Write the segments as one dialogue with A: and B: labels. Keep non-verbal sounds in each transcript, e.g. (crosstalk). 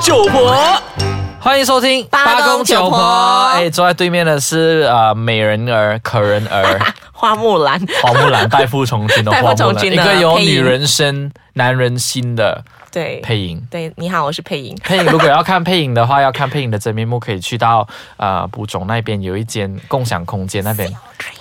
A: 九婆。
B: 欢迎收听
C: 八公九婆
B: 哎，坐在对面的是啊、呃美人儿、可人
C: (laughs)
B: 儿、
C: 花木兰，
B: 花木兰、代父从军的花
C: 代
B: 木
C: 父
B: 兰，
C: 从军
B: 一
C: 的
B: 个有
C: 配音
B: 女人声、男人心的
C: 对，
B: 配音。
C: 对，你好，我是配音。
B: (laughs) 配影如果要看配影的话，要看配影的真面目，可以去到啊卜总那边有一间共享空间那 (laughs) 边。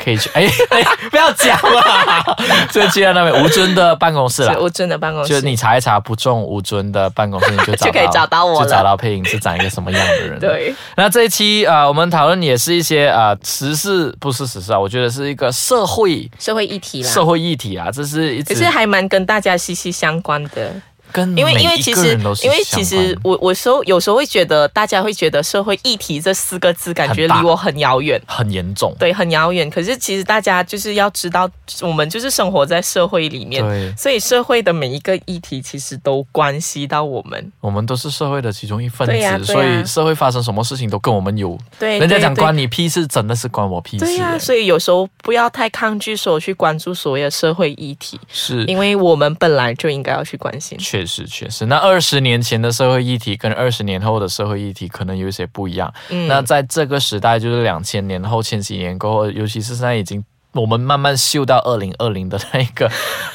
B: 可以去，哎，哎不要讲了，就去到那边吴尊的办公室啦 (laughs)
C: 是。吴尊的办公
B: 啊就
C: 室，
B: 你查一查不中吴尊的办公室， (laughs) 你就找到
C: 就可以找到我了
B: 就找到配音是长一个什么样的人。
C: 对，
B: 那这一期啊、呃我们讨论也是一些啊、呃时事，不是时事啊，我觉得是一个社会
C: 社会议题啦，
B: 社会议题啊，这是一
C: 可
B: 直
C: 是还蛮跟大家息息相关的。
B: 跟
C: 因为
B: 嗯每
C: 因为
B: 一
C: 其
B: 个
C: 实
B: 人都是
C: 因为其实
B: 相关
C: 我我时候有时候会觉得大家会觉得社会议题这四个字感觉
B: 很大
C: 离我很遥远，
B: 很严重，
C: 对，很遥远。可是其实大家就是要知道，我们就是生活在社会里面，
B: 对
C: 所以社会的每一个议题其实都关系到我们。
B: 我们都是社会的其中一份子，
C: 对呀对呀
B: 所以社会发生什么事情都跟我们有。
C: 对，
B: 人家
C: 对
B: 讲
C: 对
B: 关你屁事，真的是关我屁事。
C: 对呀、
B: 哎
C: 所以有时候不要太抗拒说去关注所谓的社会议题，
B: 是。
C: 因为我们本来就应该要去关心。
B: 确实，确实，那二十年前的社会议题跟二十年后的社会议题可能有一些不一样。
C: 嗯
B: 那在这个时代，就是两千年后、千禧年过后，尤其是现在已经我们慢慢嗅到二零二零的那一个，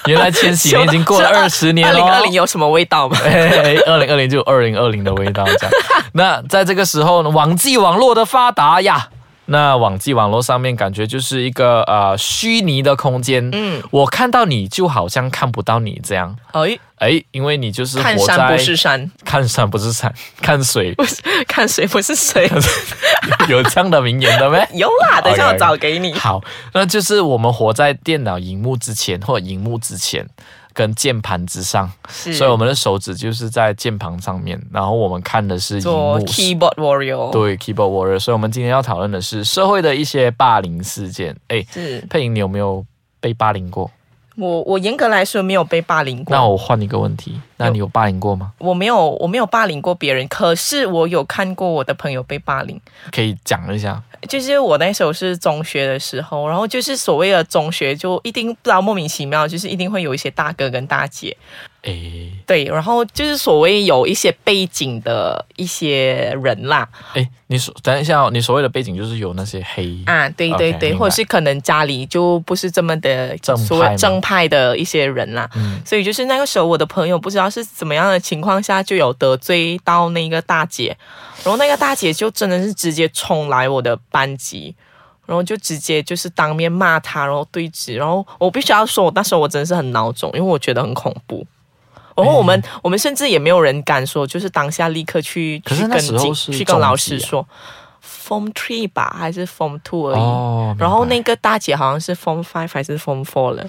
B: 原来千
C: (laughs)
B: 禧年已经过了二十年
C: 啊二
B: 了。
C: 零二零有什么味道吗？
B: (laughs) 二零二零就有二零二零的味道这样。那在这个时候呢，网际网络的发达呀。那网际网络上面感觉就是一个呃虚拟的空间，嗯，我看到你就好像看不到你这样，
C: 哎，
B: 哎，因为你就是
C: 看
B: 活在
C: 山不是山， (laughs)
B: 看山不是山， (laughs) 看水
C: 看谁不
B: (laughs)
C: 是谁。
B: 有这样的名言的咩？
C: 有啦，等一下
B: OK，OK
C: 我找给你。
B: 好，那就是我们活在电脑荧幕之前或者荧幕之前跟键盘之上，
C: 是
B: 所以我们的手指就是在键盘上面，然后我们看的是荧
C: 做
B: 幕。
C: keyboard warrior。，
B: 对，keyboard warrior。所以，我们今天要讨论的是社会的一些霸凌事件。哎，
C: 是
B: 佩莹，你有没有被霸凌过？
C: 我我严格来说没有被霸凌过，
B: 那我换一个问题，那
C: 有
B: 你有霸凌过吗？
C: 我没有我没有霸凌过别人，可是我有看过我的朋友被霸凌。
B: 可以讲一下。
C: 就是我那时候是中学的时候，然后就是所谓的中学，就一定不知道莫名其妙，就是一定会有一些大哥跟大姐，
B: 哎
C: 对，然后就是所谓有一些背景的一些人啦，
B: 哎，你所等一下、哦，你所谓的背景就是有那些黑
C: 啊，对
B: OK，
C: 对对
B: 明白
C: 或者是可能家里就不是这么的
B: 正派
C: 所谓
B: 吗
C: 正派的一些人啦，
B: 嗯
C: 所以就是那个时候我的朋友不知道是怎么样的情况下就有得罪到那个大姐，然后那个大姐就真的是直接冲来我的班级。然后就直接就是当面骂她，然后对峙，然后我必须要说，我那时候我真的是很恼种，因为我觉得很恐怖。
B: 哎
C: 然后我们、我们甚至也没有人敢说，就是当下立刻去
B: 可是
C: 去
B: 那
C: 跟
B: 时候
C: 进
B: 是
C: 去跟老师
B: 中几啊
C: 说，form three 吧，还是 form two 而已。
B: 哦。
C: 然后
B: 明白
C: 那个大姐好像是 Form Five 还是 Form Four 了，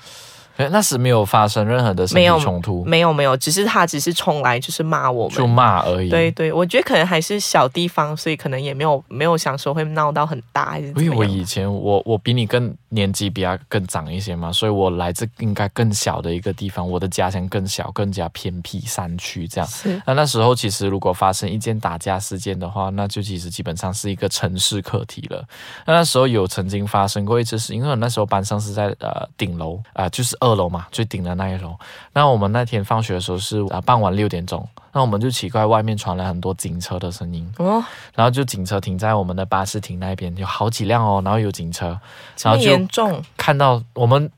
B: 可哎那时没有发生任何的身
C: 没有
B: 体冲突，
C: 没有没有，只是她只是冲来就是骂我
B: 就
C: 们。
B: 骂而已。
C: 对，对，我觉得可能还是小地方，所以可能也没有没有想说会闹到很大还是
B: 因
C: 怎
B: 为
C: 么
B: 我
C: 样。
B: 以前我我比你更年纪比他更长一些嘛，所以我来自应该更小的一个地方，我的家乡更小，更加偏僻山区这样。
C: 是
B: 那那时候其实如果发生一件打架事件的话，那就其实基本上是一个城市课题了。那那时候有曾经发生过一次事，因为我那时候班上是在呃顶楼啊、呃就是二楼嘛，最顶的那一楼。那我们那天放学的时候是啊、呃傍晚六点钟，那我们就奇怪外面传来很多警车的声音，
C: 哦，
B: 然后就警车停在我们的巴士停那边，有好几辆哦，然后有警车，
C: 这
B: 然
C: 么
B: 后就
C: 严重，
B: 看到我们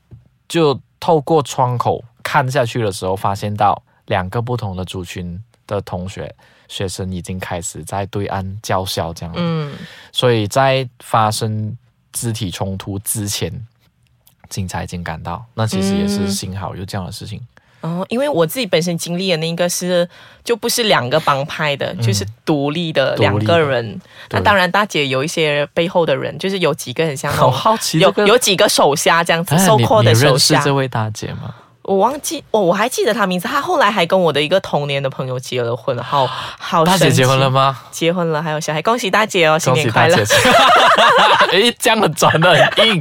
B: 就透过窗口看下去的时候，发现到两个不同的族群的同学学生已经开始在对岸叫嚣这样，
C: 嗯，
B: 所以在发生肢体冲突之前，警察已经赶到，那其实也是
C: 嗯
B: 幸好有这样的事情，
C: 然后因为我自己本身经历的那个是就不是两个帮派的，就是独立
B: 嗯
C: 的
B: 独立的
C: 两个人。那
B: 对
C: 当然，大姐有一些背后的人，就是有几个很像那
B: 好 (laughs)
C: 种
B: 好奇这
C: 有
B: 个
C: 有几个手下这样子，
B: 哎
C: 受
B: 你
C: 扣
B: 你
C: 的手
B: 认识
C: 下。
B: 这位大姐吗？
C: 我忘记，哦我、我还记得她名字，她后来还跟我的一个同年的朋友结了婚，
B: (gasps)
C: 好好
B: 大姐
C: 神奇
B: 结婚了？吗？
C: 结婚了，还有小孩，恭喜大姐哦，新
B: 恭
C: 年
B: 喜
C: 快
B: 大
C: 乐
B: 姐！！ (laughs) 哎，这样的转的很
C: (laughs)
B: 硬。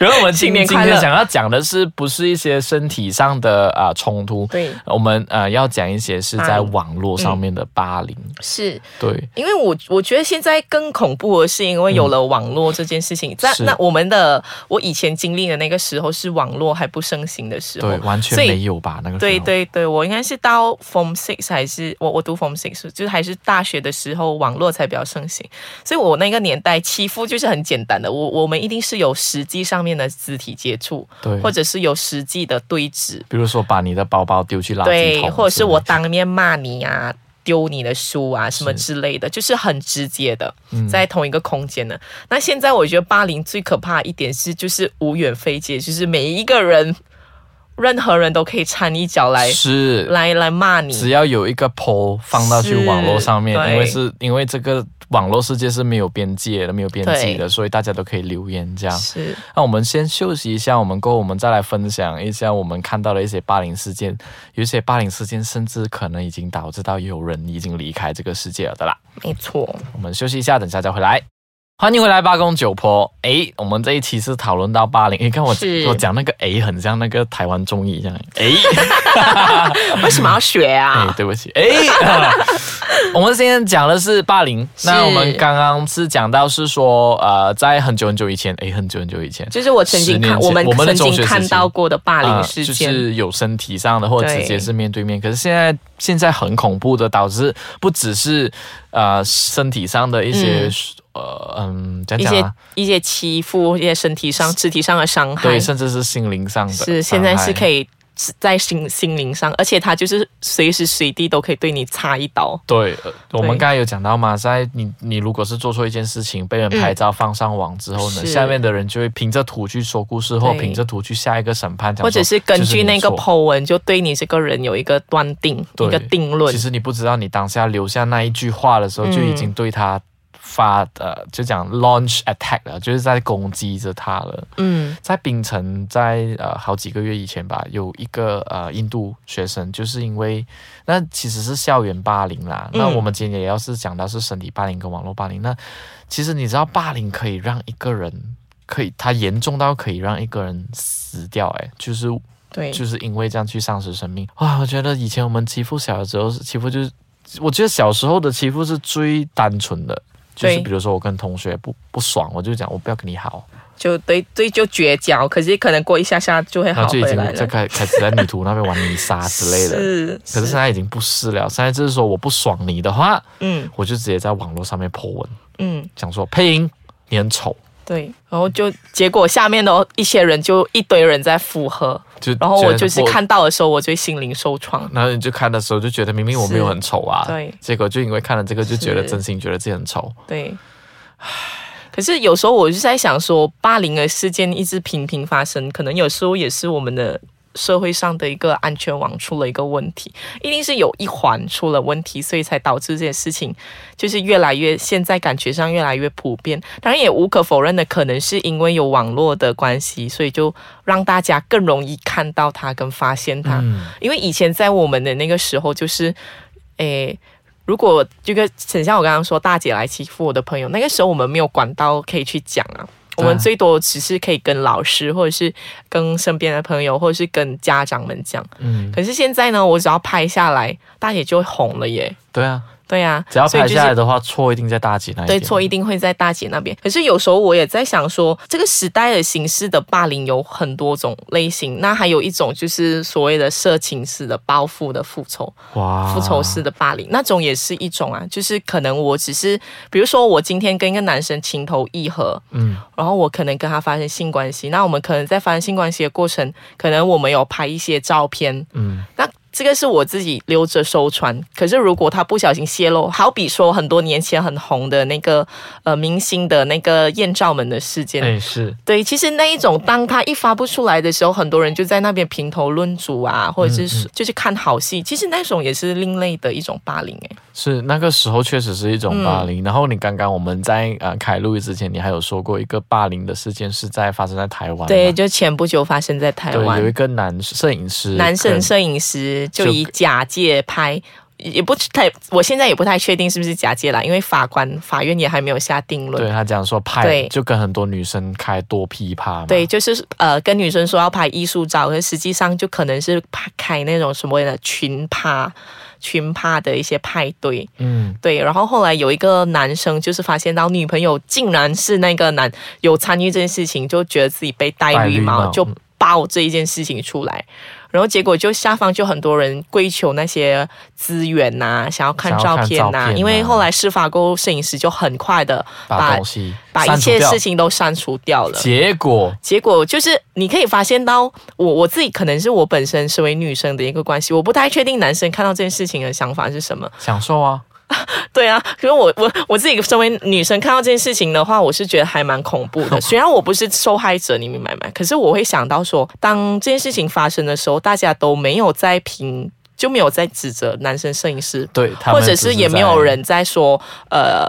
B: 然后我们今
C: 新年
B: 今
C: 快乐
B: 天想要讲的是，不是一些身体上的啊、冲突？
C: 对，啊
B: 我们呃要讲一些是在
C: 霸凌
B: 网络上面的霸凌。
C: 是
B: 对，
C: 因为我我觉得现在更恐怖的是，因为有了网络这件事情，在
B: 是
C: 那我们的我以前经历的那个时候是网络还不盛行的时候
B: 对，完全
C: 所以
B: 没有吧？那个时候
C: 对对对，我应该是到 Form Six 还是我我读 Form Six，就是还是大学的时候，网络才比较盛行，所以我那个年代欺负就是很简单的，我我们一定是有实际上面的肢体接触，
B: 对，
C: 或者是有实际的对峙，
B: 比如说把你的包包丢去垃圾
C: 对，
B: 桶
C: 或者
B: 之
C: 是
B: 类
C: 我
B: 的
C: 当面骂你啊。丢你的书啊，什么
B: 是嗯
C: 之类的，就是很直接的，在同一个空间的。那现在我觉得霸凌最可怕的一点是，就是无远非接，就是每一个人，任何人都可以掺一脚来
B: 是
C: 来来骂你，
B: 只要有一个 PO 放到去
C: 是
B: 网络上面，
C: 对
B: 因为是因为这个网络世界是没有边界的，没有边际的，所以大家都可以留言这样。
C: 是
B: 那我们先休息一下，我们过后我们再来分享一下我们看到的一些霸凌事件，有一些霸凌事件甚至可能已经导致到有人已经离开这个世界了的啦。
C: 没错，
B: 我们休息一下，等下再回来。欢迎回来，八公九婆。诶，我们这一期是讨论到霸凌。你看我
C: 是
B: 我讲那个诶，很像那个台湾综艺一样。
C: (laughs)
B: 诶。
C: (laughs) 为什么要学
B: 哎、
C: 啊？
B: 对不起，哎、 (laughs) 我们今天讲的是霸凌，那
C: 是
B: 我们刚刚是讲到是说，呃，在很久很久以前，哎、很久很久以前，
C: 就是我曾
B: 10
C: 经
B: 年
C: 看
B: 前
C: 我们
B: 我们的
C: 曾
B: 中学
C: 经
B: 时
C: 看
B: 期
C: 到过的霸凌
B: 呃
C: 事
B: 就
C: 件，
B: 是有身体上的，或者
C: 对
B: 直接是面对面。可是现在现在很恐怖的，导致不只是呃身体上的一些、呃嗯，讲
C: 一
B: 讲
C: 些
B: 啊，
C: 一些欺负，一些身体上、肢体上的伤害
B: 对，，甚至是心灵上的伤害，
C: 是现在是可以在心心灵上，而且他就是随时随地都可以对你插一刀。
B: 对，呃我们
C: 对
B: 刚才有讲到嘛，在你你如果是做错一件事情，被人拍照放上网之后呢，
C: 是
B: 下面的人就会凭着图去说故事，或
C: 对
B: 凭着图去下一个审判，讲
C: 或者
B: 说
C: 是根据那
B: 就
C: 个
B: 是你错
C: Po 文，就对你这个人有一个断定，
B: 对
C: 一个定论
B: 其。实你不知道，你当下留下那一句话的时候，
C: 嗯
B: 就已经对他发呃，就讲 launch attack 了，就是在攻击着他了。
C: 嗯，
B: 在槟城，在呃好几个月以前吧，有一个呃印度学生，就是因为那其实是校园霸凌啦。
C: 嗯
B: 那我们今天也要是讲到是身体霸凌跟网络霸凌。那其实你知道，霸凌可以让一个人可以，他严重到可以让一个人死掉、欸，哎，就是
C: 对，
B: 就是因为这样去丧失生命。哇，我觉得以前我们欺负小的时候，欺负就是，我觉得小时候的欺负是最单纯的。就是
C: 对
B: 比如说我跟同学不不爽，我就讲我不要跟你
C: (laughs)
B: 好，
C: 就对对，就绝交。可是可能过一下下就会
B: 然
C: 好
B: 后就
C: 回
B: 已经
C: 来
B: 在
C: 了。
B: 开开始在女图那边玩泥沙之类
C: (laughs)
B: 的。
C: 是，
B: 可是现在已经不是了，现在就是说我不爽你的话，
C: 嗯
B: 我就直接在网络上面 po 文，
C: 嗯，
B: 讲说配音你很丑，
C: 对，然后就结果下面的一些人就一堆人在附和，
B: 就
C: 然后
B: 觉
C: 我
B: 得
C: 就是
B: 我，
C: 看到的时候，我就心灵受创。
B: 然后你就看的时候就觉得明明我没有
C: 是
B: 很丑啊，
C: 对
B: 结果就因为看了这个就觉得
C: 是
B: 真心觉得自己很丑，
C: 对，可是有时候我就在想说，霸凌的事件一直频频发生，可能有时候也是我们的社会上的一个安全网出了一个问题，一定是有一环出了问题，所以才导致这些事情就是越来越现在感觉上越来越普遍。当然也无可否认的，可能是因为有网络的关系，所以就让大家更容易看到它跟发现它。
B: 嗯，
C: 因为以前在我们的那个时候，就是，诶，如果这个很像我刚刚说大姐来欺负我的朋友，那个时候我们没有管道可以去讲啊，我们最多只是可以跟老师，或者是跟身边的朋友，或者是跟家长们讲。
B: 嗯，
C: 可是现在呢，我只要拍下来，大姐就会红了耶。
B: 对啊，
C: 对呀、
B: 只要
C: 所以
B: 拍
C: 就是
B: 下来的话，错一定在大姐那一
C: 对，
B: 边。
C: 错一定会在大姐那边。可是有时候我也在想说，这个时代的形式的霸凌有很多种类型，那还有一种就是所谓的色情式的报复的复仇，
B: 哇，
C: 复仇式的霸凌，那种也是一种啊，就是可能我只是，比如说我今天跟一个男生情投意合，
B: 嗯，
C: 然后我可能跟他发生性关系，那我们可能在发生性关系的过程，可能我们有拍一些照片，
B: 嗯，
C: 那这个是我自己留着收传。可是如果他不小心泄露，好比说很多年前很红的那个呃明星的那个艳照门的事件，
B: 哎是，
C: 对，其实那一种，当他一发布出来的时候，很多人就在那边评头论足
B: 嗯
C: 啊，或者是说、就是看好戏。其实那种也是另类的一种霸凌、欸，
B: 是那个时候确实是一种霸凌。然后你刚刚我们在呃开录之前，你还有说过一个霸凌的事件是在发生在台湾嘛，
C: 对，就前不久发生在台
B: 对，有一
C: 湾，
B: 个男摄影师，
C: 男生摄影师就
B: 就
C: 以假借拍。也不太，我现在也不太确定是不是假借啦，因为法官、法院也还没有下定论。
B: 对他讲说拍
C: 对
B: 就跟很多女生开多噼啪嘛，
C: 对，就是呃，跟女生说要拍艺术照，可是实际上就可能是拍开那种什么的群趴、群趴的一些派对。
B: 嗯，
C: 对，然后后来有一个男生就是发现到女朋友竟然是那个男有参与这件事情，就觉得自己被戴
B: 戴
C: 绿
B: 绿
C: 帽，
B: 帽
C: 就爆这一件事情出来，然后结果就下方就很多人跪求那些资源呐、想要看
B: 想要
C: 照
B: 看
C: 片
B: 照
C: 呐、
B: 片
C: 因为
B: 啊
C: 后来事发过后，摄影师就很快的
B: 把东西
C: 把一
B: 删除
C: 切
B: 掉
C: 事，情都删除掉了。
B: 结果
C: 结果就是你可以发现到我我自己可能是我本身身为女生的一个关系，我不太确定男生看到这件事情的想法是什么。
B: 享受啊，
C: 对啊，可是我我我自己身为女生看到这件事情的话，我是觉得还蛮恐怖的。虽然我不是受害者，你明白吗？可是我会想到说，当这件事情发生的时候，大家都没有在评，就没有在指责男生摄影师
B: 对，他
C: 或
B: 们
C: 者
B: 只
C: 是
B: 是
C: 也没有
B: 在
C: 人在说呃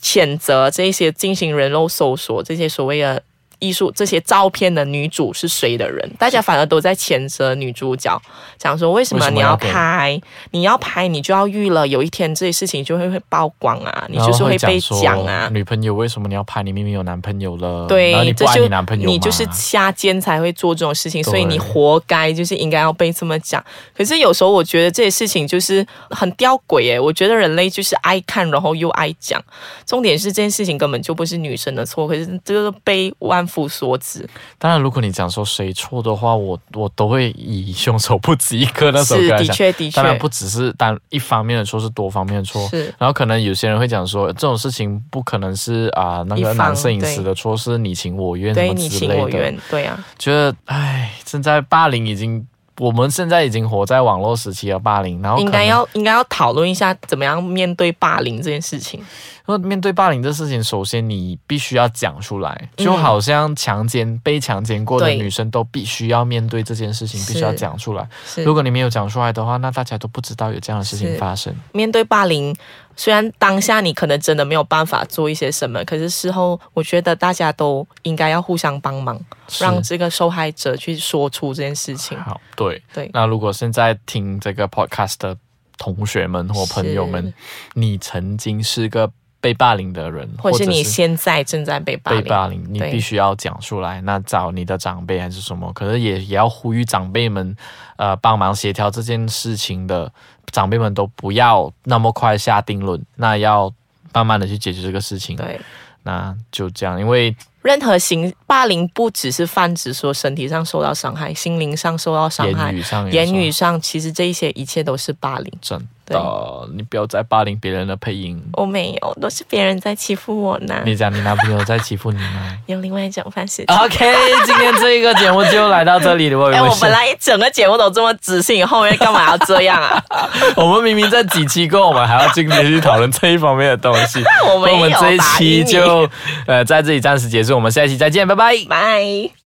C: 谴责这些进行人肉搜索这些所谓的艺术这些照片的女主是谁的人，大家反而都在谴责女主角，讲说为什
B: 为
C: 么
B: 什么
C: 你
B: 要
C: 要
B: 给
C: 拍，你要拍你就要预了，有一天这些事情就会会曝光啊，你
B: 然
C: 就
B: 后
C: 是
B: 会
C: 被
B: 说
C: 讲啊。
B: 女朋友为什么你要拍？你明明有男朋友了，嗯
C: 对
B: 然后你，不
C: 这
B: 爱
C: 就
B: 你男朋友吗，
C: 你就是下贱才会做这种事情，所以
B: 对
C: 你活该，就是应该要被这么讲。可是有时候我觉得这些事情就是很吊诡诶，我觉得人类就是爱看，然后又爱讲。重点是这件事情根本就不是女生的错，可是这个被万夫所指。
B: 当然，如果你讲说谁错的话，我我都会以凶手不止一个那首
C: 是
B: 歌来
C: 的
B: 讲。
C: 确的
B: 当然
C: 确
B: 不只是单一方面的错，是多方面的错。
C: 是
B: 然后可能有些人会讲说，这种事情不可能是啊、那
C: 一
B: 个
C: 方
B: 男摄影师
C: 对
B: 的错，是你情我愿什
C: 对
B: 么
C: 你
B: 之
C: 情我
B: 类的。
C: 愿，对啊，
B: 觉得唉，现在霸凌已经，我们现在已经活在网络时期的霸凌，然后可
C: 应
B: 能
C: 该要应该要讨论一下怎么样面对霸凌这件事情。
B: 那面对霸凌这事情，首先你必须要讲出来，就好像强奸被强奸过的
C: 对
B: 女生都必须要面对这件事情，
C: 是
B: 必须要讲出来。
C: 是
B: 如果你没有讲出来的话，那大家都不知道有这样的事情
C: 是
B: 发生。
C: 面对霸凌，虽然当下你可能真的没有办法做一些什么，可是事后我觉得大家都应该要互相帮忙，
B: 是
C: 让这个受害者去说出这件事情。
B: 好，对
C: 对
B: 那如果现在听这个 podcast 的同学们或朋友们
C: 是，
B: 你曾经是个被霸凌的人，
C: 或
B: 或
C: 者是
B: 者
C: 你
B: 是
C: 现在正在被霸
B: 被
C: 凌，
B: 霸凌，你
C: 对
B: 必须要讲出来。那找你的长辈还是什么，可是也也要呼吁长辈们，呃，帮忙协调这件事情的长辈们都不要那么快下定论，那要慢慢的去解决这个事情。
C: 对，
B: 那就这样，因为
C: 任何形霸凌不只是泛指说身体上受到伤害，心灵上受到伤害
B: 言，语上也
C: 言
B: 是
C: 语上其实这一些一切都是霸凌。
B: 真的，你不要再霸凌别人的配音。
C: 我没有，都是别人在欺负我呢。
B: 你讲你男朋友在欺负你吗
C: 有另外一种方式。
B: (laughs) ？OK，今天这个节目就来到这里了。我以
C: 哎、
B: 为
C: 我
B: 是
C: 本来一整个节目都这么自信，后面干嘛要这样啊？ (laughs)
B: 我们明明在几期过，我们还要今天去讨论这一方面的东西。
C: 我没有
B: 那我们这一
C: 打
B: 期
C: 赢你
B: 就呃在这里暂时结束，我们下一期再见，拜拜。
C: 拜。